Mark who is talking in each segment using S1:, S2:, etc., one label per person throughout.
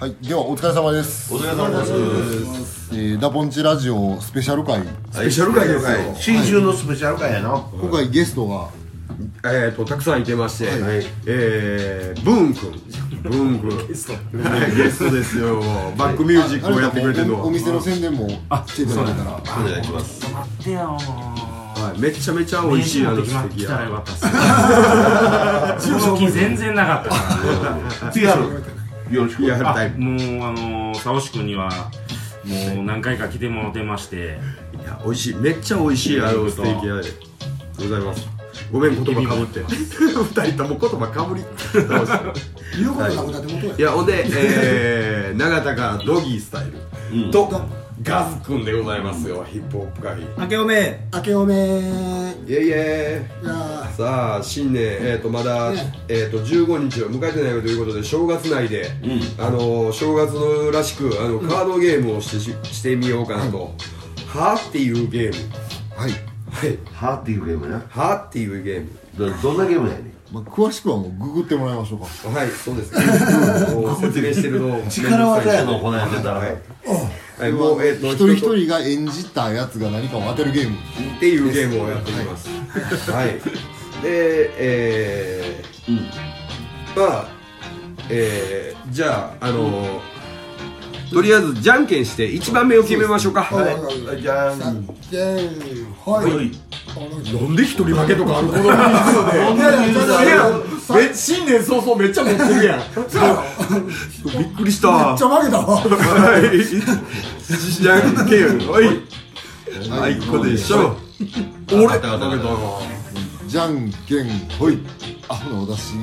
S1: はい、ではお疲れ様です。
S2: お疲れ様です
S1: えーダポンチラジオスペシャル会。
S2: スペシャル会ですよ
S3: 新春のスペシャル会やな、
S1: 今回ゲストが
S4: えー、とたくさんいてまして、
S2: はい
S4: えー、ブーン君ブーン君ゲストゲストですよバックミュージックをやってくれてるの
S1: おお
S4: は、
S1: 店の宣伝もしていただけたら。
S2: お願いします
S5: 待ってよも
S4: はい、めちゃめちゃ
S5: う
S4: 美味しいあ
S5: な
S4: の
S5: き
S4: ス
S5: ま
S4: テーキ
S5: 来たらよ
S4: 屋
S5: かったっす よ動き全然なかったな
S3: 次ある
S2: よろしく
S4: いや
S5: あ
S4: だいぶ
S5: もうあのー、サオシ君にはもう何回か来てもらってまして
S4: いや美味しいめっちゃ美味しいあのステーキ屋でございますごめん言葉かぶって二人とも言葉かぶり倒して
S6: 言うことなことだって元や
S4: いやほんで、えー、永田がドギースタイル、とガズ君でございますよヒップホップ会
S7: 明けおめ
S6: 明けおめー
S4: イエイエーイ
S6: いや
S4: さあ新年、えー、とまだ、
S6: ね
S4: えー、と15日を迎えてないということで正月内で、あのー正月のらしくあのカードゲームをしてししてみようかなと「はーっていうゲーム
S1: はい。
S4: はい
S2: ハーっていうゲームやな
S4: 「はーっていうゲーム
S2: どどんなゲームやねん
S1: まあ、詳しくはもうググってもらいましょうか。
S4: はいそうですもう説明してるの
S2: 力技やのこのやってたら
S4: はい、はい、もう、えー、と
S1: 一人一人が演じたやつが何かを当てるゲーム。
S4: っていうゲームをやっていきます。はい。で、えー、まあ、えー、じゃあ、あのー、とりあえずじゃんけんして一番目を決めましょうか。
S6: ー
S4: な
S6: はい
S2: じゃあ
S6: さ
S2: ん
S6: じゃんはい
S2: はい
S4: んで一人負けとかあるこの
S2: どんなゲームだ
S4: 人め新年早々めっちゃ持ってるやん。びっくりした。
S6: めっちゃ負けたわ
S4: はい。じゃんけん、おい。あいこでしょ。俺
S2: 勝った勝った勝った
S1: じゃんけんほい。あ、ほな私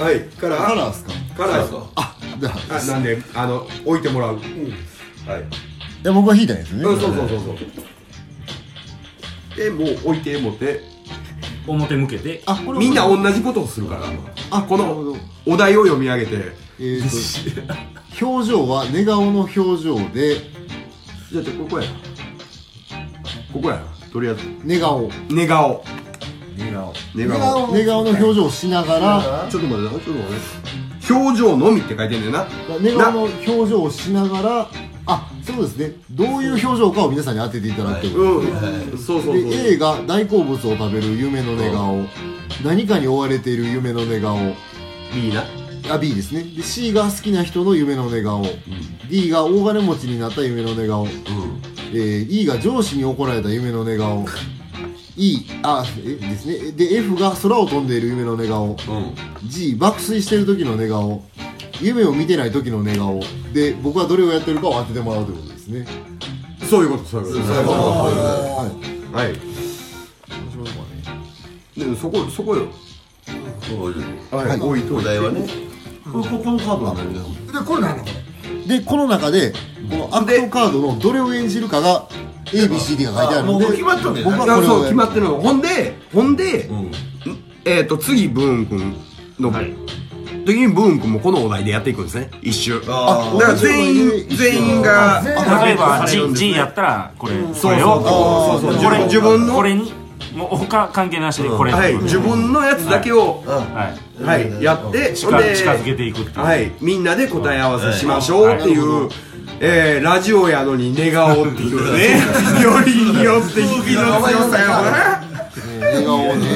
S4: はい、
S1: か
S4: か、
S1: ららですか。
S4: から
S2: そうそう
S1: あ、じゃあ、
S4: あなんであの置いてもらう、はい、
S1: いや僕は引いたんですね。
S4: うん、そうそうそうそうでもう置いて持って
S5: 表向けて
S1: あ、これ
S4: みんな同じことをするから
S1: あ
S4: こ
S1: なるほど
S4: のお題を読み上げて
S1: えーと表情は寝顔の表情で
S4: じゃあじゃあここやここやとりあえず
S1: 寝顔。
S4: 寝顔
S2: みんな
S4: 寝顔
S1: 寝顔の表情をしながら。
S4: ちょっと待ってなちょっと待って表情のみって書いてんねんな
S1: 寝顔の表情をしながらあそうですねどういう表情かを皆さんに当てていただくという、
S4: うん、そうそうそう
S1: で A が大好物を食べる夢の寝顔、何かに追われている夢の寝顔
S4: B な
S1: あ B ですねで C が好きな人の夢の寝顔、D が大金持ちになった夢の寝顔、えー E が上司に怒られた夢の寝顔 E あえですねで F が空を飛んでいる夢の寝顔、G 爆睡してる時の寝顔夢を見てない時の寝顔で僕はどれをやってるかを当ててもらうということですね
S4: そういうことそういうことはいでもそこそこよ
S2: そういう
S4: はい置いと
S2: お
S4: いて
S2: 題はねこれここのカードは何だよ
S6: でこれなんだこ
S1: でこの中でこのアクトカードのどれを演じるかが ABCD が書いてあるの
S2: もう
S1: で
S2: これ決まっとんねん
S1: 僕
S4: いや
S1: はこれ
S4: そう
S1: を
S4: 決まってるのほんでほんで、えっ、と次ブーン君の、
S5: はい
S4: 時にブーン君もこのお題でやっていくんですね一周だか
S2: あ
S4: ら全員全員が
S6: れ
S5: 例えば
S6: あ
S5: G, G やったらこれこ
S4: そう
S5: れ
S4: そう
S5: を
S4: そうそう
S5: これ
S4: 自分の
S5: これにもう他関係なしでこれって
S4: はい
S5: ことで
S4: 自分のやつだけを、
S5: はい
S4: はいやって
S5: 近近づけていくっていう
S4: はいみんなで答え合わせしましょうっていう、えー、ラジオやのに寝顔っていうねよりによって引きの強さよな
S1: 寝顔をね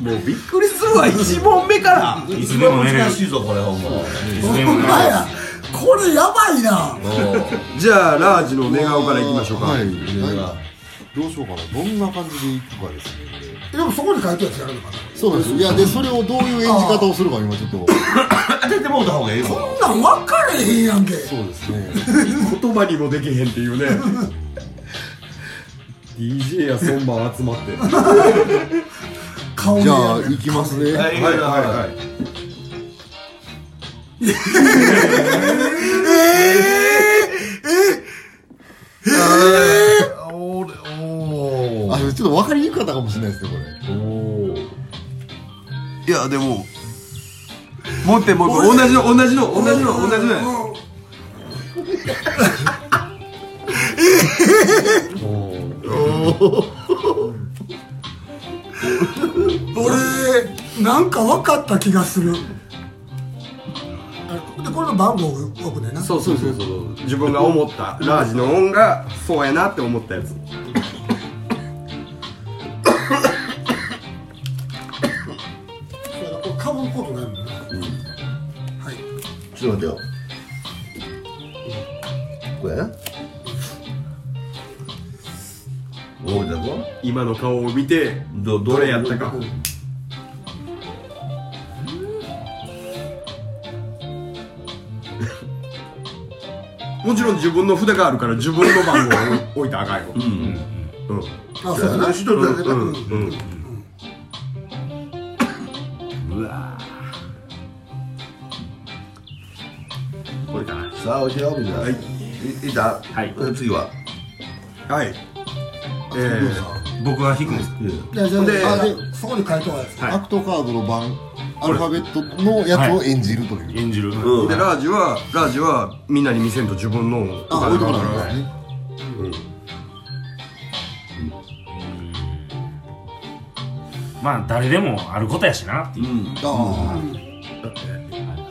S4: もうびっくりするわ1問 目から
S5: いつでも寝れる
S2: 難しいぞこれほんま
S5: いつで
S6: ほ
S5: も
S6: ん
S5: 寝
S6: ま
S5: れ
S6: やこれやばいな
S4: じゃあラージの寝顔からいきましょうか、
S1: はい、どうしようかなどんな感じでいくかですね
S6: でもそこに書いてるやつやるのか
S1: そうなんですいやでそれをどういう演じ方をするか今ちょっと
S2: 当ててもうた方がいいぞ
S6: なこんなん分かれへんやんけ
S1: そうですね
S4: 言葉にもできへんっていうね DJ や孫馬集まっては
S6: 顔で
S1: じ
S6: や
S1: ゃあ
S6: る
S1: 行きますね
S2: はいい
S4: は
S2: はいい
S4: は
S2: はい俺お
S1: あちょっと分かりにくかったかもしれないですねこれ
S4: いやでも持って持って同じの同じの同じの同じの
S6: 俺なんか分かった気がするでこれの番号を置くねんな
S4: そうそうそうそう自分が思ったラージの音がそうやなって思ったやつ
S6: そうやなこれかぶることないもんなはい
S3: ちょっと待ってよこれなおいだぞ
S4: 今の顔を見て
S3: ど
S4: どれやったか もちろん自分の札があるから自分の番号を置いたらあかんよ、うん
S6: あそうやな
S8: 一人だけだ
S4: うんうん
S3: うわ
S5: これかな。
S3: さあおいしよみんなはいいいた
S5: はい
S3: え次は
S4: はいえー、
S5: 僕は引くんですか
S6: じゃあじゃあ
S4: で
S6: あでそこに書いとはやつ
S5: はい
S1: アクトカードの番アルファベットのやつを演じるという、
S5: 演じる。
S4: で
S5: は
S4: ラージはラージはみんなに見せんと自分のを
S1: あこういうとこなんですね、
S5: いまあ、誰でもあることやしなっていう。
S1: あ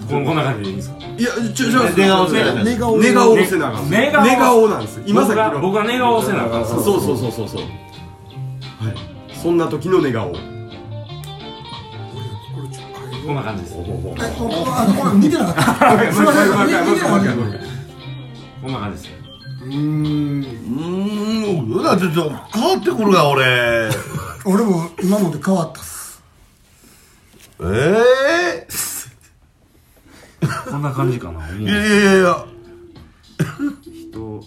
S5: こんこんな感じでいいんですか
S4: いやちょちょ
S3: 寝顔せなあか
S1: あ
S3: ん
S1: 寝顔
S4: 寝顔をせなあかん
S5: 寝顔
S4: 寝顔なんです今さっきの
S5: 僕が僕が寝顔をせなあかん
S4: そうそうそうそうそうはいそんな時の寝顔
S6: これちょっとはい
S5: こんな感じです。
S6: えここあのこれ見てなかったすいません見見てなかった
S5: こんな感じです。
S3: うーんうわちょっと変わってくるわ俺
S6: 俺も今ので変わったっす
S3: ええ
S5: こんな感じかな。も
S3: いやい
S5: う
S3: やいや
S5: 人、
S4: こ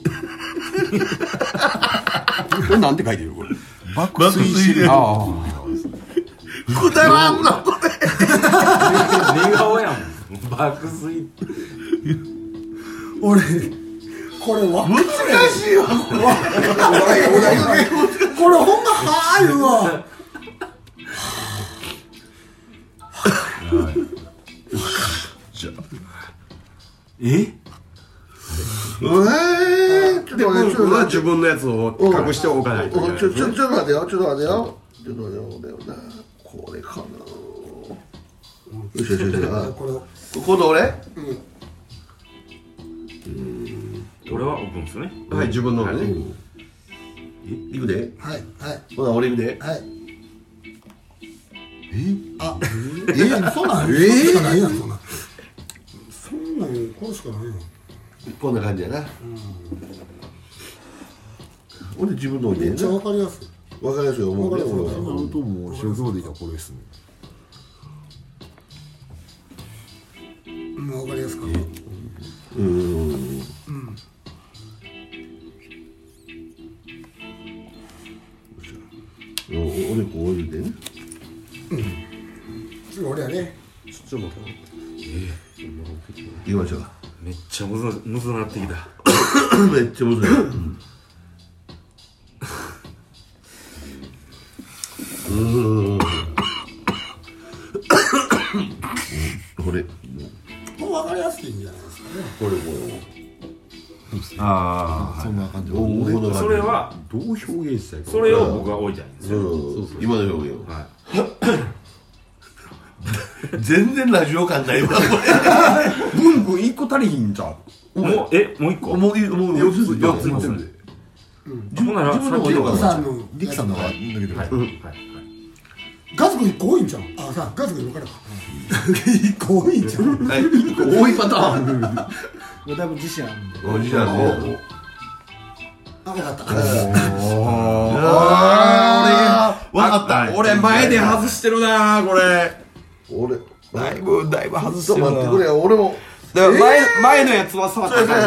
S4: れなんて書いてるこれ
S3: 爆睡してる
S4: あ
S3: くだらんな
S5: 寝顔やもん。爆睡。
S6: 俺これわ
S3: 難し いわ
S6: これほんまはーいうわ
S5: え
S3: ええちょっ
S4: で
S3: と
S4: も
S3: 待ってちょっと
S4: は
S3: 待って
S4: 自分のやつを隠しておかないといけない
S3: ちょちょちょっと待ってよちょっと待ってよちょっと待ってよ俺なこれかなよしよしよしあ
S6: これ
S3: 今度俺
S5: 俺は置くんですよね。
S4: はい自分のね
S3: いくで
S6: はいはい
S3: ほな俺いくで
S6: はい えあえそうなんえそれしかないやんそんなんそんなんこれしかないやん
S3: こんな感じやな俺自分ので
S6: めっちゃ
S3: ね
S6: わかりやすい
S3: わかりやすい思うね
S6: わかりやすい
S1: あ
S3: 俺は
S1: 本当もう塩相撲でいいのはこれですね
S6: うんわかりやすかった
S3: うん俺こういうでね
S6: 次俺やね
S4: ちょっと待って
S3: いきましょうか
S5: めっちゃむずむずなってきた。
S3: めっちゃむずいうんうんこれ
S6: これわかりやすいんじゃないですかね
S3: これこ
S5: あ
S1: そんな感じ
S3: れ俺こんな感
S5: あ。
S3: じ
S5: それは、
S4: どう表現したいか
S5: それを僕は置いたいんですよ。
S3: うん今の表現
S5: は
S3: 全然ラジオ感ないわ
S4: ブンブン一個足りひんじゃん
S5: い。もう、え、もう一個
S3: もういいもう四つ
S4: 四つ
S3: 四
S4: いっ
S3: つ
S4: てるで
S5: ほんなら、
S3: 自分の
S5: さ
S3: 方が
S5: っき
S3: いいの
S5: の
S3: か
S6: 奥
S3: な
S6: さんの
S1: リキさんのは抜けてる
S5: はい。はい。
S6: ガズ君一個多いんちゃうあさガズ君分からん一個多いんちゃう
S3: はい多いパターン
S9: もうだいぶ自信あるんで
S3: おじさんね
S6: あ分かった
S3: あー俺わかった
S4: 俺前で外してるなこれ
S3: 俺
S4: だいぶだいぶ外
S3: ちょっと待ってくれよ俺も
S4: だから前,、前のやつは触ったから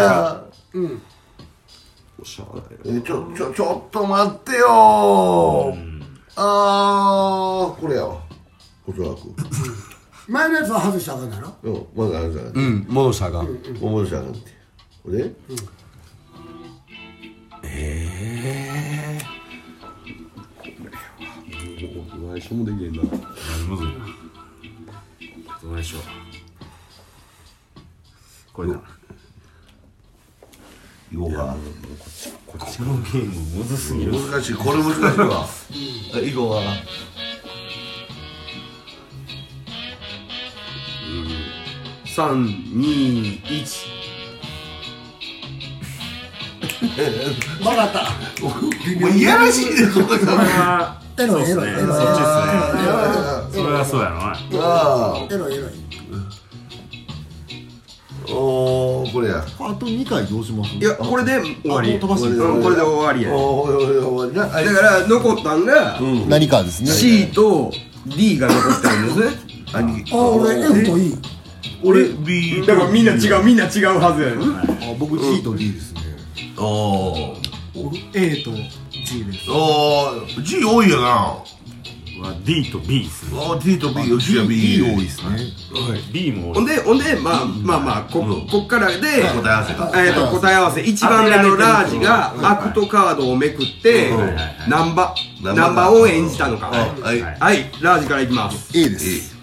S4: しゃあない
S3: えちょちょちょっと待ってよあーこれやわおそらく
S6: 前のやつは外したらあかんのやろ
S3: うんまだあるじゃない
S4: うん戻したが
S3: 思い出したなんてこれ
S4: 内緒もできへんな
S5: むずいな。どないしよう。これだ。
S3: いこうか
S5: こっちのゲームむずすぎる。
S3: 難しいこれ難しいわあいこうか
S4: 三二一。
S6: わかった
S10: もういやらしいでしょ
S5: それは
S6: エ
S5: そう
S6: ロ
S5: で
S6: いエ
S5: す
S6: ロ
S5: ね
S6: いエ
S5: そっちで
S6: ロい
S5: すね
S3: あ
S5: それはそうやろな
S3: あ
S6: エロいエロい
S3: おーこれや
S1: あと2回どうします
S4: いや、これで終わり。
S1: あもう飛ばして
S4: うんこれで終わりや。
S3: おーおーおーおーなあ
S4: だから、残ったんが、
S1: 何かですね
S4: C と D が残ってるんですね。
S6: あ俺 F と E
S10: 俺 B
S4: だからみんな違う、みんな違うはずやね
S1: あ僕 G と D ですね、
S3: おー
S11: A と G です
S3: おー
S10: G 多いよな
S5: は D と B ですね
S3: おー D と B よし
S1: D,
S3: や
S1: D
S3: B
S1: 多いですね
S5: B も
S4: ほんで、ほんで、まあまあまあ、こ、こっからで、
S10: 答え合わせだ
S4: えー、と答え合わせ1番目のラージがアクトカードをめくってナンバナ
S3: ナ
S4: ン
S3: ンバ
S4: バを演じたのかはい、
S3: はいはい
S4: ラージからいきます
S1: A です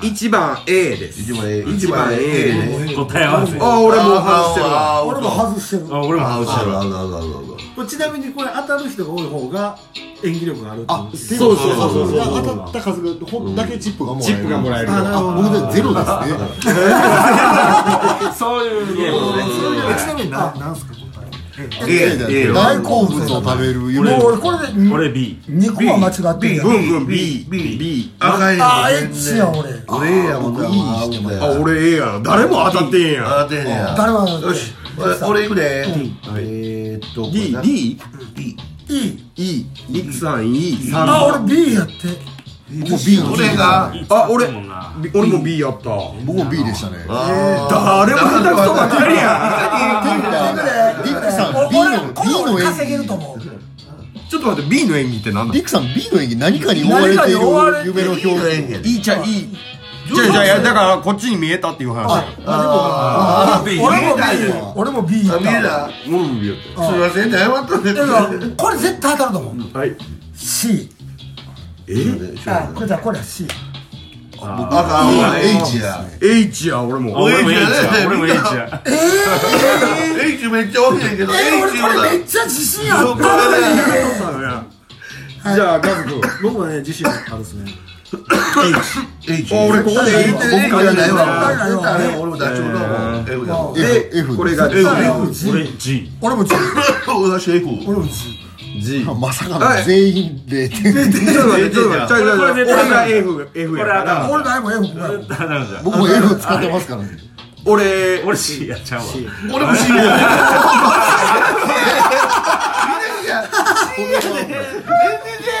S4: A1 番 A です
S3: 一番 A
S4: 一番 A ね
S5: 答え合わせ
S4: ああ俺もう外してるわ
S3: あー
S6: 俺も外してる
S5: あ俺も
S3: あ
S5: 外
S3: ー
S5: し
S3: あ
S5: てる
S3: る
S5: わ
S3: あるあるあるある
S11: これちなみにこれ当たる人が多い方が演技力があるって
S1: あ
S11: ことです
S1: ゼ
S4: そ
S1: ロ
S4: うそうそうそう
S1: いや当たった数がほんだけチップがもらえる
S4: チップがもらえる
S1: ああ僕でゼロですね
S5: そういうゲームですね
S11: えちなみにななんすか答え
S3: A だ A だ
S1: 大好物を食べる夢
S6: もう俺これで
S5: 俺 B
S6: 2個は間違ってるやん
S4: ブンブン BB
S3: 赤いの
S6: ああ H やん俺
S3: 俺 A やもんな
S1: 僕 E にしても
S3: あ俺
S4: 俺 A や誰も当たってへん
S3: あてねや
S6: 誰も当たって
S3: よし俺俺いくでえーっと
S4: DDEE リクさん E
S6: あ俺 B やって
S1: 僕 B
S3: これが
S4: あ俺
S5: もんな
S4: 俺も B やった
S1: 僕も B でしたね
S4: 誰も下手くそばっかりやん
S1: リクさん
S6: 俺
S1: B
S6: 俺
S1: の B
S6: これ俺
S1: の
S6: 稼
S1: 演
S6: げる
S1: 技
S6: と思う
S4: ちょっと待って B の演技って何だ
S1: リクさん B の演技何かに追われている
S6: 何かに追われている
S1: 夢の表現
S4: いいちゃいいじゃあじゃあいやだからこっちに見えたっていう話
S6: あでも俺も
S3: 見
S6: B
S3: えない
S6: や俺も B やっ
S3: 見
S6: た
S3: えた
S4: 俺も B やった
S3: すいません謝ったんで
S6: だからこれ絶対当たると思う
S4: はい。
S6: C あこれだこれは C
S3: 赤青 H や
S4: H や、俺も。
S5: あ俺も H や俺も H
S3: みん
S5: や
S3: H めっちゃ多いねんけど
S6: え
S3: H
S6: 俺これめっ
S3: は
S6: ちゃ自信あった
S3: そうこれね
S4: じゃあ、カズ君。
S11: 僕はね自信があるですね
S3: H
S4: あ俺ここで H
S3: 僕がないわ
S6: 僕がないわ
S3: 俺もダチョウだもん F だもん
S1: え F
S4: で、
S1: F
S4: これが
S3: ですね
S4: F。
S6: 俺も G
S5: 俺 G
S6: 俺も G
S3: 俺は F
S6: 俺も G
S4: G。ちょっ
S1: まさかの全員0点
S4: と待って、ちょっと待って、ちょっと待って
S5: これ
S4: 俺が
S5: 絶
S4: F、F や
S5: これ
S4: か。
S5: あからん
S6: 俺ないも F もないも
S5: ダメだじゃん
S1: 僕も F 使ってますからね
S4: 俺、
S5: 俺 C やっちゃうわ
S3: 俺も C や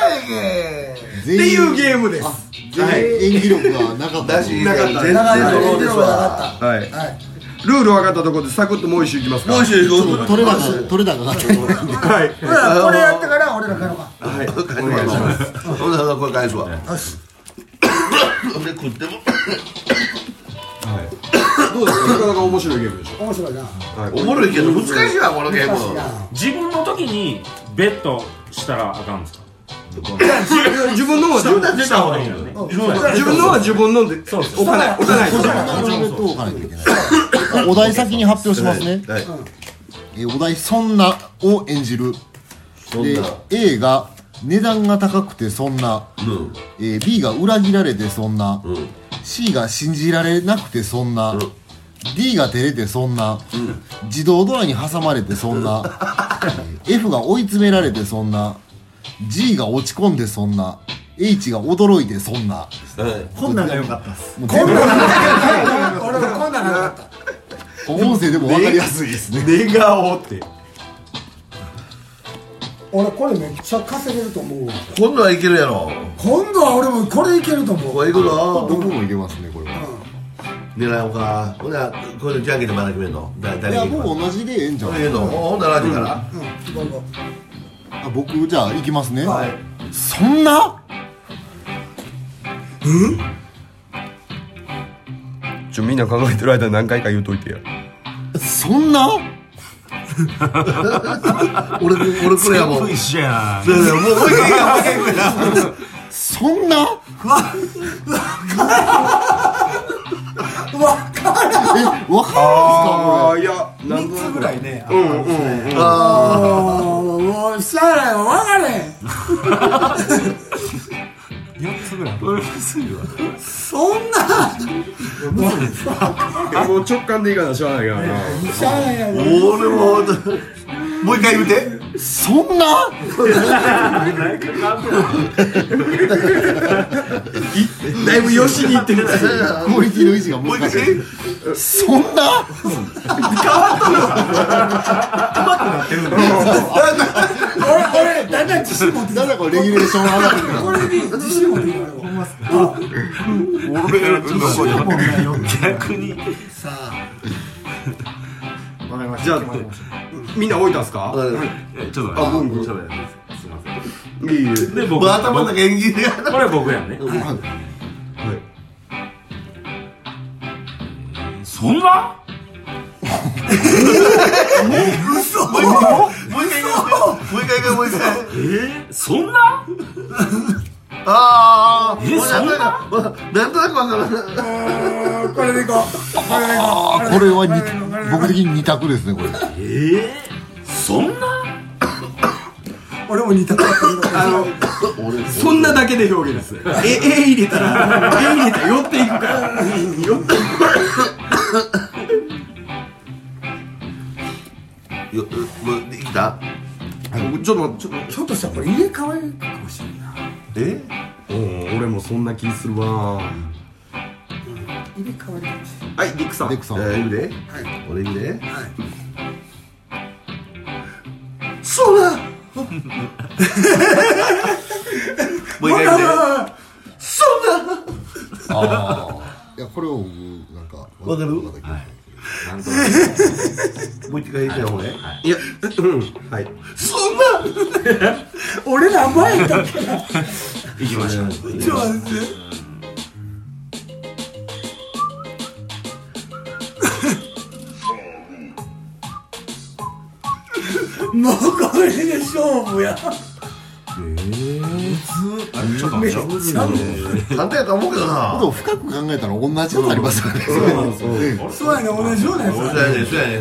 S1: 全
S4: って
S1: 員
S4: いうゲームです。
S1: 全員演技力がなかった
S3: だし
S1: なかっ
S3: 全然
S6: だから
S3: そう
S6: 俺
S3: で
S6: も
S3: す
S6: 分
S3: わ
S6: かっ
S4: はい
S6: た。はい
S4: ルール分かったところで、サクッともう一周いきますか。
S3: もう一緒
S1: た
S3: 行こう
S1: 取れ高取れ高が
S4: はい。
S6: ほらこれやったから俺らからは
S4: はい。お願いします。
S3: ほんならこれ返すわ
S6: よし
S3: で食っても
S4: どうですかなかなか面白いゲームでしょ。
S6: 面白いな
S3: おもろいけど難しいわこのゲー
S6: 難しい
S3: ム
S6: な
S5: 自分の時にベットしたらあかんんですか
S4: 自分のは、自分
S3: 出た方がいい
S5: よね
S4: のは自分ので、置かない、置かない。
S1: 置かないといけないお題先に発表しますね
S3: はい
S1: えーお題「そんな」を演じる
S3: そんな
S1: で A が「値段が高くてそんな」
S3: うん
S1: えー B が「裏切られてそんな」
S3: ん
S1: C が「信じられなくてそんな」D が「照れてそんな」自動ドアに挟まれてそんな」えー F が「追い詰められてそんな」G が「落ち込んでそんな」H が「驚いてそんな」
S11: こんなんが良かったっす
S1: もう全部
S6: 俺もこんなんなかった
S1: 音声でも分かりやすいですね
S4: 寝顔って。
S6: 俺これめっちゃ稼げると思うわ
S3: 今度はいけるやろ
S6: 今度は俺もこれいけると思う
S3: これいくぞ
S1: 僕もいけますねこれは
S3: 狙おうかほなこれじゃんけんでまだ決めんのだ
S1: い
S3: 誰
S1: や
S3: が行く
S1: もう
S3: の
S1: 同じでええんじゃん
S3: ええのほんならラジから
S6: どうぞ
S1: あ僕じゃあ行きますね、
S6: はい
S1: そんな
S4: ちょ、みんな考えてる間何回か言うといてや。
S1: そんな
S3: 俺俺これやもん
S5: 一緒や
S3: そうそうもうこれいいやもうええこれな
S1: そんな
S6: わか
S1: えわか
S4: ああ、いや、なんと
S11: 3
S4: なく
S11: つぐらいね
S3: あ
S6: もうしゃあないわ分かれ へん
S11: 4つぐらい
S6: そんな
S4: もう直感でいいかなしゃあないからな
S6: しゃあない やろ
S3: 俺も本当にもう一回言うて
S1: そんな
S4: だいぶよしにいってる
S1: クオリティの維持が
S3: もう一
S1: 難しい。
S3: 回言うて
S1: そんな
S6: 俺俺だんだん自信持って
S1: なんだこれレギュレーション上がってるから。
S6: これに自信持っていくから
S3: 俺の声
S6: ほんまよ
S5: 逆に
S6: さあ
S2: わかりまし
S4: じゃあみんな置いたんすか
S5: えちょっと
S4: あうんうん
S5: ちょっと待ってすいません
S4: いいよ
S5: で僕
S3: 僕頭の中演技でや
S5: 僕これ僕やんねそんな
S3: もう一回言うてもう一回言うてもう一回
S5: えー、そんな
S2: ああ
S5: えそんな
S2: なんとなくわからない
S6: これでいこうこれでいこ
S1: あ、これは二僕的に二択ですね、これ。
S5: えー、そんな
S6: う俺も似たこと
S4: あのそんなだけで表現ですええ入れたらえ入れたら寄っていくから寄っていく
S3: よもうできた
S4: ちょっと待ってちょっと待って
S6: ひょっとしたらこれ入れ替わるかもしれんない
S3: え
S4: うん俺もそんな気するわ
S6: 入れ替わるかもしれな
S4: は
S6: い
S4: いリクさん
S1: デクさ
S3: じゃあ
S1: ん。
S3: 言うで
S6: はい
S3: 俺言うで
S6: そうだ
S3: もう一回 言うて
S1: ああ。いや、これを僕、なんか。わかる
S5: なんとなく
S3: もう一回言うてよ俺
S4: いやうんはい
S6: 俺名前やったっけな
S5: 行きましょう
S6: ちょっと待ってもうこれで勝負や
S3: ちょっと
S6: めっ
S3: 待
S6: ち
S3: っ
S6: ゃ
S3: て簡単やと思うけどな
S1: と深く考えたら同じようになりますよね。
S6: そうやね同じようなや
S3: そうやねそうやね
S6: つ
S3: そ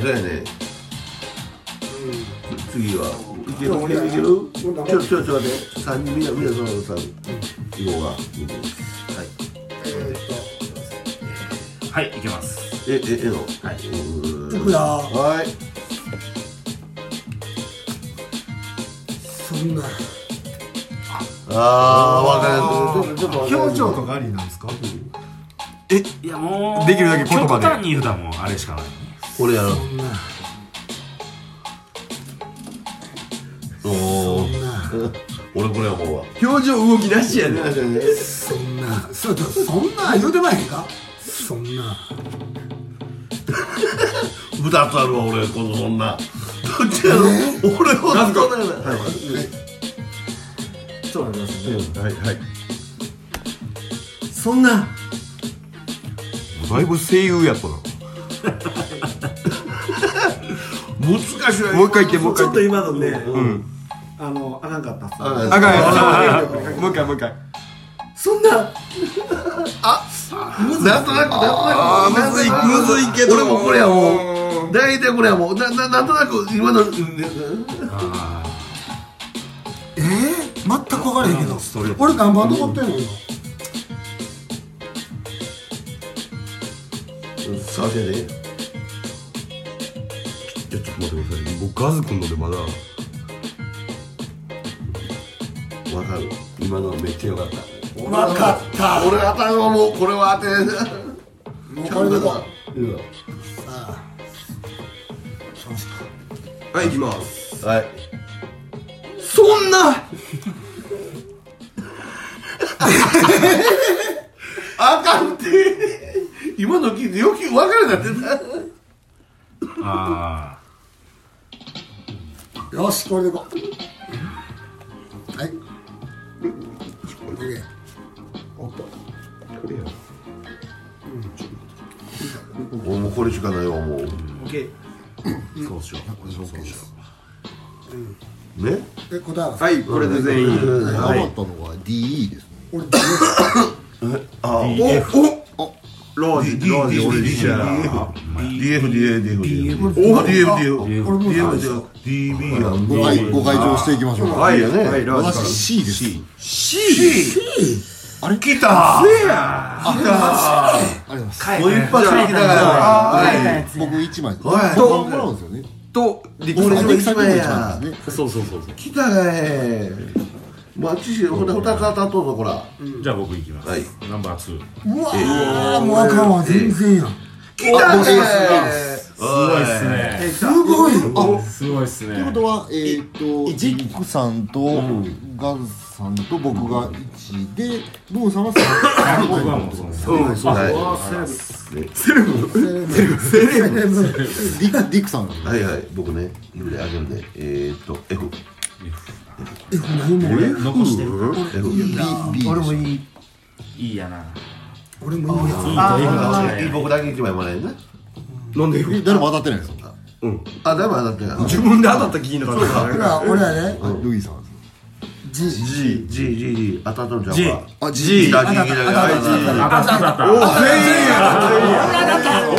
S3: うやね次はいけるいけるいけるちょちょちょ待って三人みんなみんなそのさ行こうかはい
S5: はい行きます
S3: えええの
S5: はいう
S6: いく
S3: ー
S6: よ
S3: はい
S6: そんな
S3: あーわかるちょっとわかる
S2: 表情とかありなんですか
S5: いやもう
S4: できるだけ言葉で
S5: 極端に言うたらもうあれしかない
S3: これやろ
S6: そんな
S3: おお 俺これ思う わ
S4: 表情動きなしやね
S6: そんなそうだそんな言うてまへんかそんな
S3: 二つあるわ俺このそんなどっちやろ俺も
S4: なんか
S3: そんなやな
S2: そうなんですね
S4: はいはい
S6: そんな
S4: だいぶ声優やったな
S3: 難しいわ
S4: もう一回言ってもう一
S7: ち
S4: 回
S7: ょっと今のね、
S4: うん
S7: あの、あかんかったっす
S3: あ
S4: あかんやつもう一回もう一回
S6: そんな
S3: なんとなくなんとなく
S4: むずいけど
S3: 俺もこれやもう大体これやもうなななんとなく今の
S6: えー、全く分からへんけど
S4: それ
S6: 俺何番残ってんの今
S3: さあ先生
S4: いやちょっと待ってください僕ガズくんのでまだ
S3: わかる今のめっちゃよかった
S6: 分かった
S3: 俺頭はもうこれは当て
S6: もうこれでこ
S3: うん
S4: はい行きます
S3: はい
S4: そんな
S3: あかんって今の聞いてよく分かるなってた
S5: あ
S6: うよしこれでこうはいいけ
S3: もうこれしかないわもう
S5: あそうしよう
S3: ね
S6: え答えは
S4: はいこれで全員
S1: 余ったのは DE ですね。
S6: 俺
S3: あ
S4: おおロージロージ俺リシャ
S3: DFDADFDA
S4: お
S3: DFDADFDA DB やん
S1: ご解ご解答していきましょうか。
S4: はい
S3: いいよね
S4: はいラージから
S1: 私 C です。
S4: C
S1: あれ
S3: 来た
S4: せや
S1: あります。
S3: もう一発で来
S12: 帰っ
S3: たから
S12: た
S3: は
S12: やつや
S1: 僕1枚。
S3: おい
S1: 僕ももらうんですよね。
S4: と力
S3: 俺
S4: さ
S1: あ
S4: ん
S3: も
S1: で
S3: 一枚や
S1: 僕も一枚ですね
S5: そうそうそうそう
S3: い来たがえ
S2: マッチしほんでほたかたとうぞほら
S5: じゃあ僕行きます、
S3: はい
S5: ナンバー2
S6: うわーもうあかんわ全然やん
S3: 来たが
S1: え
S3: え
S5: すごいっすね
S6: すごい
S5: おすごいっすね
S1: ということは、えーっと、ジックさんと、ガンさんと僕が1で、ブーンさんは3。
S5: 僕はもうそうです
S3: うんそうだよ
S1: ディック、ディックさんが。
S3: はいはい僕ね指であげるねえーっと F
S5: 俺残してる
S3: F
S1: B、B
S12: 俺
S1: で
S12: も
S1: しょ。
S12: いい
S5: いいやない
S6: 俺もいい
S5: い
S6: や
S12: あ
S5: といい
S12: あ
S5: か
S12: ー
S5: もしれない
S3: 僕だけ一枚もらえるね
S4: なんでよ
S1: え誰も当たってないんですよ。
S3: あだめ当たってない
S4: 自分で当たった気になったか
S6: つほら俺はね
S1: ルイさんです。
S3: G G G G 当たったんちゃう
S5: G
S3: か
S1: あ、
S3: G
S1: G
S3: 来。た G 来た G 来
S5: 当
S3: た
S5: たった当たっ
S3: お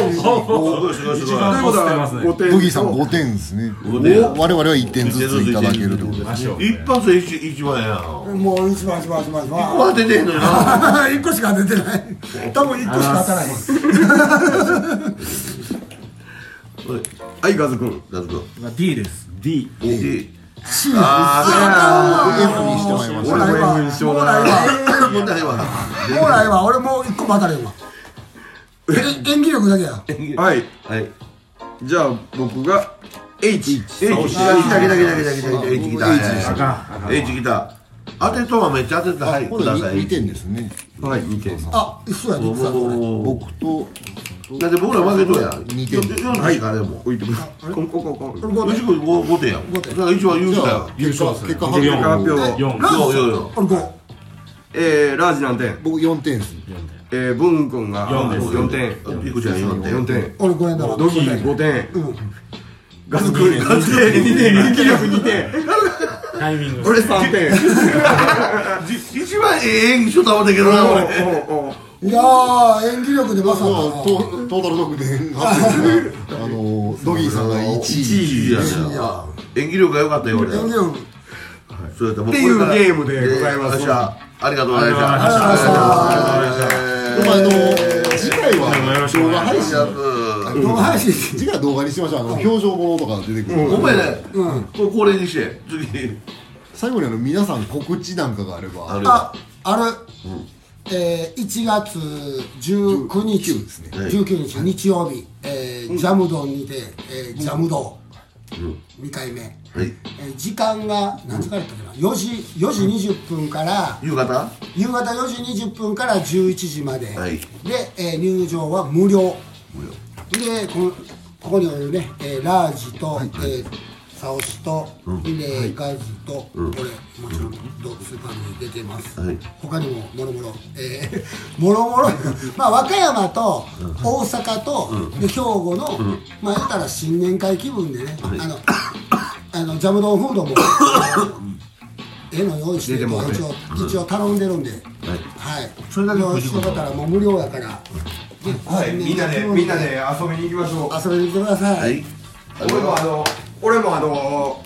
S3: ーすごいすごいすごい
S5: た残してますね
S1: ブギーさん5点ですね。
S3: 点
S1: お我々は1点ずついただけるってことです。
S5: 足を
S3: 一発で一一番やん
S6: もう一番一番一番一番
S3: 当ててんのよな
S6: 一個しか出てない多分一個しか当たらない
S4: はいガズ君
S3: なるほど
S7: D です。
S5: D
S3: D
S1: 僕 F にしてもらいまし
S6: もう
S1: た。
S6: ないわもうないわ
S3: 問題は
S6: もうないわ俺もう一個も当たれんわえ演技力だけや
S4: はい
S3: はい
S4: じゃあ僕が H
S3: 来た来た来た来た来た来た H 来た
S1: H でした
S5: あかんあかん
S3: H 来た当てとはめっちゃ当てたはい
S1: こ
S3: く
S1: れ
S3: ださい
S1: 2点ですね。
S4: はい2点
S6: あ一緒や
S3: お
S6: で
S3: ー
S6: 実はこれ
S3: おー
S1: 僕と、
S3: だって僕ら負けとうやん
S1: 二点
S3: 4点しかねも
S4: 置いてくださいコンコンコンコン
S6: これ
S3: 西君五五点やんだから一番優勝やん
S5: 優勝
S1: 結果発
S5: 四
S1: 表。
S4: 発表
S5: 四
S3: ようようよ
S6: これこ
S4: えーラージ何点
S1: 僕4点です。
S4: えーブン君が
S5: 四です
S4: 4点
S3: いくちゃん4点
S4: 4点
S6: う俺これだわ
S4: ドキー5点
S6: うん
S4: ガズ君ガズ君2点力力2点
S5: タイミング
S4: 俺3点
S3: 一番ええ演技しとったもんだけどな俺
S6: いやー演技力でまさか
S1: そうトートータル得点があのドギーさんが1位
S3: 1位やね演技力が良かったよ俺
S6: 演技力
S3: そうやったも
S4: っていうゲームでございます
S3: 明日ありがとうございました
S6: あ
S1: でもあの次回は動画配信
S6: 動画配信
S1: 次回は動画にしましょうあの表情ものとか出てくる
S3: お前ね
S6: うん
S3: これ恒例にして次
S1: 最後にあの皆さん告知なんかがあれば
S3: ある
S6: あある、えー、1月19日
S1: 19ですね
S6: 19日日曜日、えージャムドンにて、えージャムドン、2回目、
S3: はい
S6: えー時間が何時からやったかな4時 ,4 時20分から
S3: 夕方
S6: 夕方4時20分から11時まで、
S3: はい
S6: で、えー入場は無料でこのここにおるね、えーラージと、えーサオシと、ヒデガズと、これもちろんドスーパーに出てます、
S3: はい
S6: 他にももろもろえー もろもろまあ和歌山と大阪と、で兵庫の、まあ言ったら新年会気分でね、あのあのジャムドンフー ドも絵の用意して
S4: 出てもらって
S6: 一応一応頼んでるんで、はい、それだけの人だったらもう無料やから、ね
S4: はいみんなでみんなで
S6: 遊
S4: 遊びに行きましょう
S6: びに来てください、
S3: はい
S4: 俺もあの俺もあの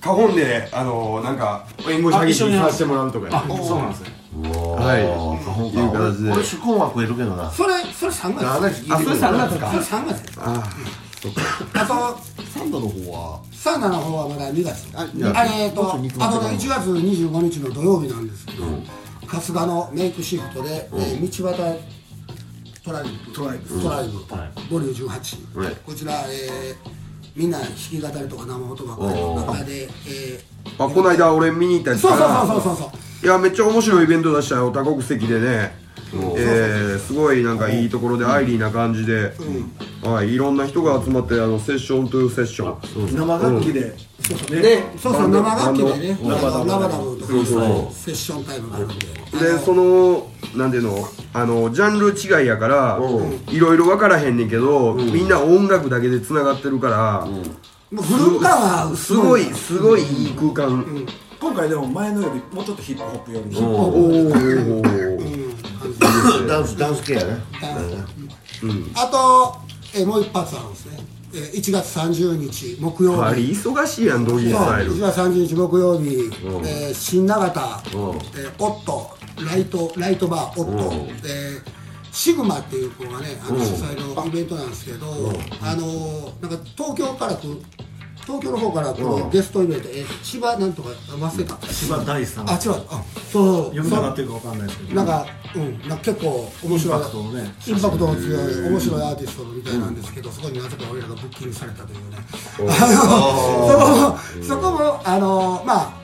S4: 花本であのなんか援護射撃にさせてもらうとかや
S5: そうなんですよ
S3: はいいう形で俺主婚は食えるけどな
S6: それそれ3月
S3: 話聞いてくれ
S4: 月
S6: それ3月ああと
S1: サンダの方は
S6: サウナの方はまだ2月あ
S3: や
S6: れえっとあとね1月25日の土曜日なんですけど、春日のメイクシフトで、えー道端トライブトライブトライブ、ボリューム18、
S3: はい
S6: こちら、えーみんな弾き語りとか生音ばっかりの中で、えー
S4: あこの間俺見に行ったやつ
S6: そう
S4: か
S6: そう
S4: ら
S6: そうそうそうそう
S4: いやめっちゃ面白いイベント出したよ多国籍でねえーすごいなんかいいところでアイリーな感じで、はい、いろんな人が集まってあのセッショントゥセッション
S7: 生楽器で。
S4: で
S6: そうそう、生楽器でね、
S4: バンド
S6: あの生ダムとか
S4: そうそ
S6: セッションタイムがあるんで。
S4: でそのなんていうのあのジャンル違いやからいろいろ分からへんねんけど、みんな音楽だけでつながってるから、
S6: もうグループ感は
S4: すごいすごいいい空間、
S7: 今回でも前のよりもうちょっとヒップホップよりも。
S4: おお
S3: ダンスダンス系やね
S6: あと、えーもう一発あるんですね。えー1月30日木曜
S4: あれ
S6: 日。
S4: 忙しいやんドギースタイル
S6: 1月30日木曜日、えー新永田、えー、オット、えライトライトバーオット、でシグマっていう子がねあの主催のイベントなんですけど、あのなんか東京から来る東京の方から来るゲストイベント、え千葉なんとかあ忘れた、
S7: 千葉大さん
S6: あ千葉あそう
S7: 読み方合ってるかわかんないですけど
S6: なんか、うん、なんか結構面白い
S7: インパクトのね
S6: インパクトの強い面白いアーティストみたいなんですけど、そこになぜか俺らがブッキングされたというね、あのそこもそこもあのまあ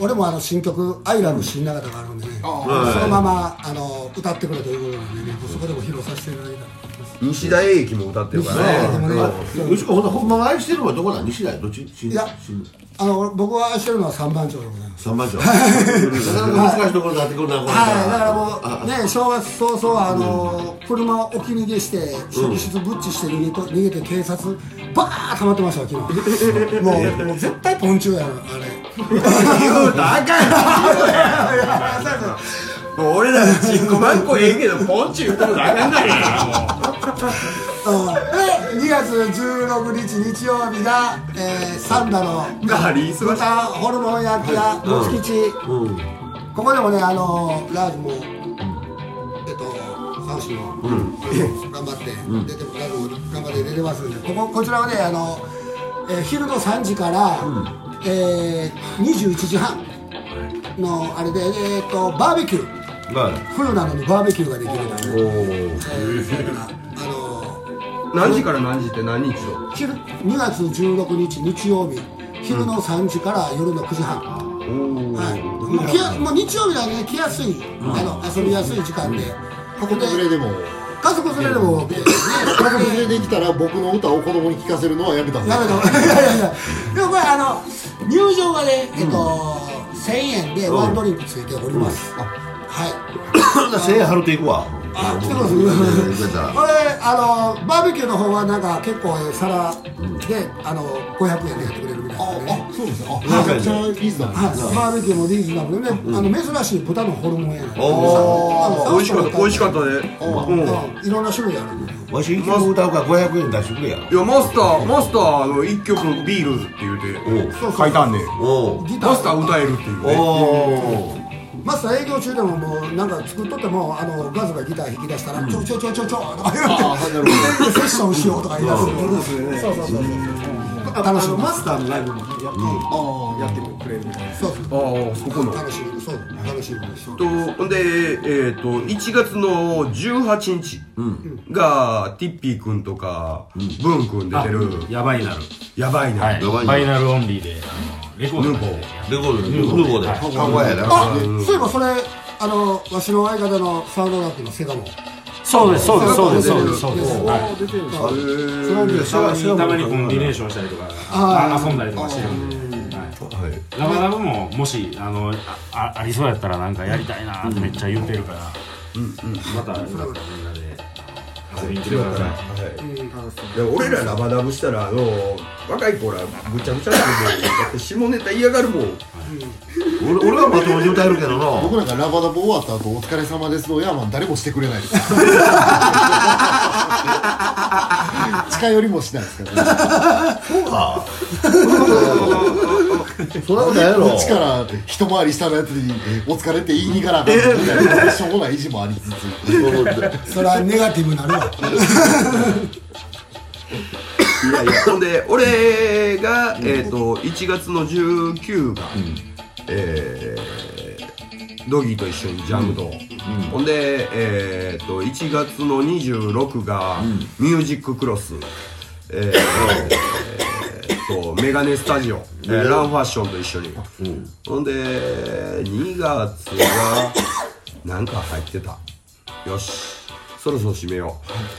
S6: 俺もあの新曲「アイラブ新長田」があるんでね、そのままあの歌ってくれということなんでね、もうそこでも披露させていただいたんです
S4: 西田栄一も歌ってるからね
S6: 西田栄一もね
S3: 吉川ほんとほんまは愛してるのはどこだ西大どっち新
S6: いやあの僕が愛してるのは三番町でございます
S3: 三番町なかなか難しいところになってくるなこれ
S6: はい、だからもうね正月早々あの、車を置き逃げして職質ぶっちして逃げと逃げて警察バーッ溜まってましたよ昨日もうもう絶対ポンチュやろあれ
S4: 言うたらあかんもう 俺らのチンコマンコええけどポンチ言うたらあかんない
S6: うんで2月16日日曜日が、えー、サンダの
S4: がリース
S6: 豚ホルモン焼き屋モチ吉、ここでもねあのラーズもえっとサウシも、頑張って、出てラーズも頑張って出てますんでこここちらはねあの、えー昼の3時から、えー、21時半のあれで、えーっとバーベキュー冬なのにバーベキューができるなんで、えーそれからあの
S4: 何時から何時って何日と
S6: 昼2月16日日曜日昼の3時から夜の9時半、はい、もう来やもう日曜日はね来やすい、あの遊びやすい時間で、ここで
S1: それでも
S6: 家族連れでも、ね、
S1: 家族連れてきたら僕の歌を子供に聞かせるのはやめたんで
S6: やめろいやいやいや でもこれあの入場がね、えっと1000円でワンドリンクついております、はい
S3: 1000円払っていくわ
S6: あ来て
S3: も
S6: ま
S3: う
S6: す
S3: もう
S6: ね
S3: もうもうこれたら
S6: これあのバーベキューの方はなんか結構皿で、あの500円でやってくれるみたいなんでね
S1: あそうですねあめちゃくちゃリーズナブル
S6: はい、バーベキューもリーズナブルで、ねあの珍しい豚のホルモンやね
S4: 美味しかった美味しかったねうん
S6: たいろんな種類あるんで
S3: わし一曲歌うから500円出してくれや
S4: いやマスターマスターの一曲ビールズって言うて
S6: そうそう
S4: 書いたんで
S3: おう
S6: ギタ
S4: マスタ
S6: ー
S4: ー歌えるっていうね
S3: おう
S6: マスター営業中でももうなんか作っとってもあのガズがギター弾き出したら「ちょちょちょちょちょ」とか言うて「セッションしよう」とか言い出す
S7: ブルースでね
S6: そうそうそう
S7: ああのマスターのライブもねやっ,、やってくれるみたいな
S6: そうそう
S4: ああそこの
S6: 楽しみそう楽しみでしょ
S4: とほんで、えー、と1月の18日が、ティッピーくんとか、ブンくん出てる
S5: やばいなる
S4: やばいな、
S5: はい
S3: やばいな
S5: ファイナルオンリーであのレコードの方で
S3: レコードでヌーボーで
S5: はい
S3: かっこええな
S6: あそういえばそれあのわしの相方のサウンドラップのセガも
S5: そうですそうですそうですそうですそうです
S7: おー出てるんですよ
S3: その時は
S5: たま
S3: シャワ
S5: に
S3: ー
S5: たまにコンビネーションしたりとか
S6: あ
S5: あ
S6: ー
S5: 遊んだりとかしてるんで、はい、
S3: はい
S5: ラバラブももしあのああありそうやったらなんかやりたいなってめっちゃ言ってるから、またよかったらみんなで遊びに来てください
S4: で俺らラバダブしたらあの若い子らぐちゃぐちゃになるもんだって下ネタ嫌がるもん
S3: 俺俺はまともに歌えるけどな
S1: 僕なんかラバダボ終わった後お疲れ様ですのヤーマン誰もしてくれないです近寄りもしないです からね
S3: そんなことや
S1: こ
S3: ろ
S1: っちから一回り下のやつにお疲れって言いに行かなあかんみたいなしょうもない意地もありつつ
S6: それはネガティブになるわ
S4: いやいやほんで俺が、えー、と1月の19が、えードギーと一緒にジャムと、ほんで、えー、と1月の26が、ミュージッククロス、えーえーとメガネスタジオ、えーランファッションと一緒に、ほんで2月がなんか入ってたよしそろそろ締めよ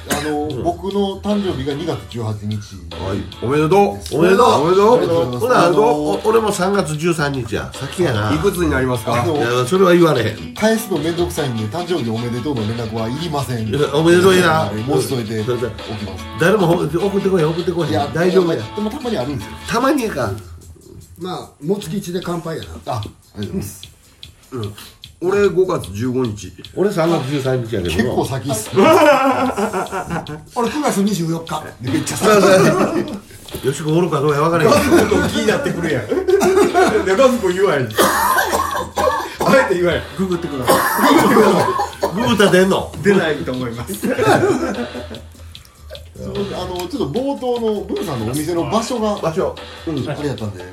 S1: あの、僕の誕生日が2月18日
S4: う、はい、おめでとう
S3: おめでとう
S4: おめでとう
S3: ほらあのお俺も3月13日や先やない
S4: くつになりますか
S1: あの
S3: いやそれは言われへん
S1: 返すのめんどくさいんで誕生日おめでとうの連絡はいりません
S3: いやおめでとうやな
S1: 申しといて
S3: そ
S1: おき
S3: れで
S1: ます
S3: 誰もほ送ってこい送ってこい
S1: いや
S3: 大丈夫や
S1: でもたまにあるんですよ
S3: たまにやか
S6: まあもつ吉で乾杯やな
S1: あありがとうございます
S4: 俺5月15日
S3: 俺3月13日やけ
S1: 結
S3: ど
S1: 構
S3: も
S1: 先っす
S6: 俺9月24日
S1: めっちゃ先
S3: よしこおるかどう や分からへん
S4: 気になってくるやんでガズコ言わへんあえて言わへん
S7: ググってくださ
S3: グブタ出んの
S7: い出ないと思います
S1: あのちょっと冒頭のブーさんのお店の場所が
S3: 場所
S1: あれやったんで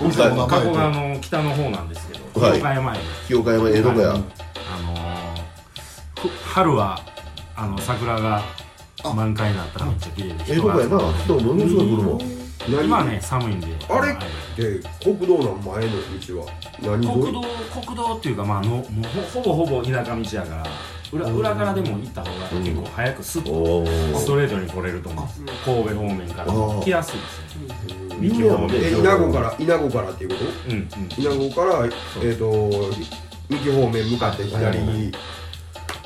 S1: お
S3: 店
S1: 店
S3: の
S1: の
S5: 加
S1: 名
S5: 古川
S1: 前
S5: の北の方なんですけど
S3: はい
S5: 東海前です
S3: 清岡山江戸
S5: はい
S3: 川
S5: あのーふ春はあの桜が満開になったらめっちゃ綺麗で
S3: 江戸川やな人ものすごい来るもん
S5: 今はね寒いんで
S4: あれ
S5: はい
S4: で国道の前の道は何
S5: 国道国道っていうかまあのもうほほぼほぼ田舎道やから裏裏からでも行った方が結構早くスッと
S3: おー
S5: ストレートに来れると思うんです神戸方面から
S3: ー
S5: 来やすいですね
S3: みんなやもんね
S4: え稲子から稲子からっていうこと
S5: うんうん
S4: 稲子からえっ、と三木方面向かって左に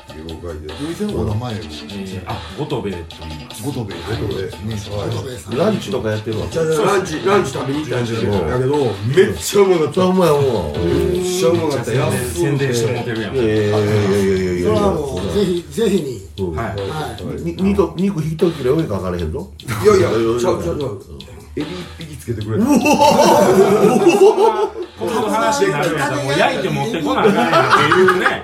S4: 了解です
S1: お店のお名前を
S5: えーあ五島部と言います
S1: ごとべ
S4: ということで
S3: ランチとかやってるわ
S4: じゃあランチランチ食べに行ったんですけどだけどめっちゃうまかった
S3: そうまいもん
S4: めっちゃうまかった安い
S5: 宣伝してもてるやん
S3: いやいやいやいやいやいやい
S6: そ
S3: や
S6: れはもうぜひぜひに
S3: うん
S5: はい
S6: はい
S3: に肉肉一切れ上かかれへんぞ
S4: いやいやちゃうちゃうちゃうエビ一匹つけてくれた
S5: こういう話になるんやったらもう焼いて持ってこなあかんやんっていうね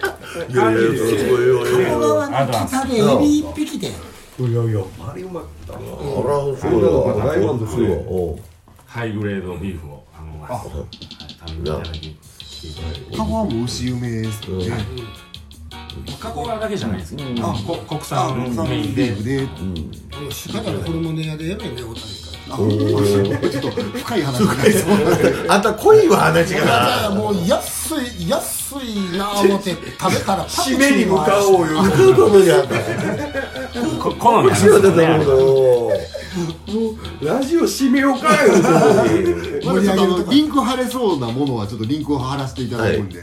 S5: 感じですよ
S6: 加古川の北でエビ一匹で
S4: あれうまかった
S3: あらすごいわ
S4: 大満足
S3: すごいわおう
S5: ハイグレードビーフをあのはい食べていただき来ていただいて
S1: 加古川も牛有名ですけどね
S5: 加古川だけじゃないですけどあこ国産のメイ
S1: ビ
S5: ンで
S1: ーフで
S6: 滋賀からホルモネ屋でやめんね大谷
S1: あちょっと深い話になりそうなんで
S3: あんた濃いわ話が
S6: からだからもう安い安いなあ思って食べたらパクチーもあるし
S4: おうよ
S3: あかんことにあった
S5: こ好みなんです
S3: 塩出
S5: よ
S3: たも
S5: ね
S3: の
S4: ラジオ締めようかよ
S1: まだちょっとあのリンク貼れそうなものはちょっとリンクを貼らせていただくんで、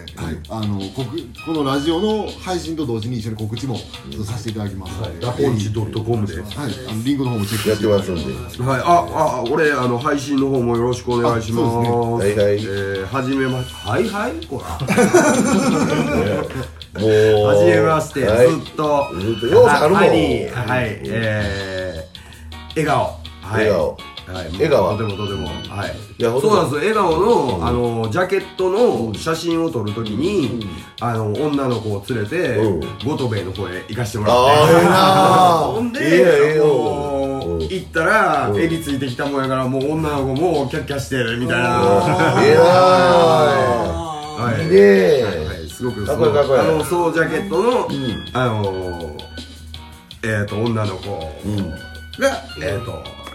S1: あのここのラジオの配信と同時に一緒に告知もちょっとさせていただきますので、
S4: ラ
S1: は
S4: ポンチドットコムではい
S1: い、あのリンクの方もチェック
S3: やっ
S1: してて
S3: ますんで
S4: ああ俺あの配信の方もよろしくお願いします
S1: あそ
S3: ですねはいはい
S4: えーはじめましてはいはいこら
S3: もう
S4: はじめまして、
S3: はい
S4: ずっと
S3: ずっとようさんあるもん
S4: はいはいえー、笑顔は
S3: 笑
S4: い
S3: 顔
S4: はい、
S3: 笑顔は
S4: とてもとてもはい
S3: いやほんと
S4: そうなんですよ笑顔の,、あのジャケットの写真を撮るときに、あの女の子を連れて、
S3: うん
S4: ゴトベイの方へ行かしてもらって
S3: ああええな
S4: ほん
S3: ええやんええ
S4: で、
S3: やん
S4: もう、行ったら、エビついてきたもんやから、もう女の子もキャッキャして、みたいな。
S3: ええな
S4: はい
S3: い
S4: い
S3: ねえ
S4: はいすごく、
S3: かっこいいかっこいい
S4: あの、そうジャケットの、あの、えっと、女の子が、えっと、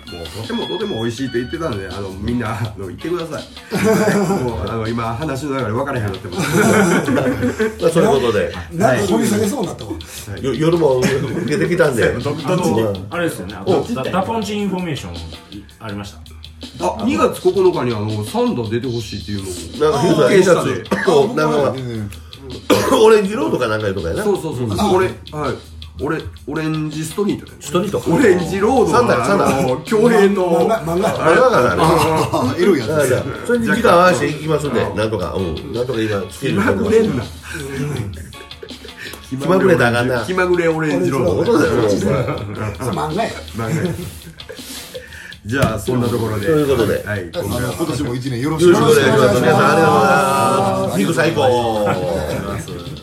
S4: もうとてもとても美味しいと言ってたんで、あの、みんな、あの、行ってください。もう、あの、今、話の流れ分からへんようになってます。
S3: まあそういうことで
S6: なんか掘り下げそうになったわ
S3: よ夜も受けてきたんで
S4: どどっち
S5: あ
S3: う
S5: の
S3: ん
S5: あれですよねあ
S3: お
S5: ダダポンチインフォメーションありました
S4: あ、2月9日に、あの、サンダー出てほしいっていうのを。
S3: なんかヒロさん
S4: 警察
S3: こうなんかオレンジロードかなんかいうとかやな
S4: そうそうそうそう。俺、はい。俺、オレンジストリートだよね
S3: ストリート
S4: オレンジロード
S3: サンダルサンダル
S4: あの競泳
S6: 漫
S4: の
S6: 画漫画
S3: あれだからね
S1: あエロいやつ
S3: だ
S1: ですね
S3: からそれに時間合わせていきますんでなんとかうんなんとか今つける
S4: 気まぐれんな気
S3: まぐれだがな
S4: 気まぐれオレンジロ
S3: お
S4: ー
S3: 父
S4: ド
S3: さんもうこれ
S6: そう漫画や
S4: まぐれじゃあそんなところで
S3: ということで
S4: はい
S1: あの今年も一年よろし
S3: よ
S1: く
S3: ろしくお願いします。皆さんありがと
S1: あ
S3: うござい
S1: りがとうござい
S3: ま。
S1: ますす
S3: 肉最高。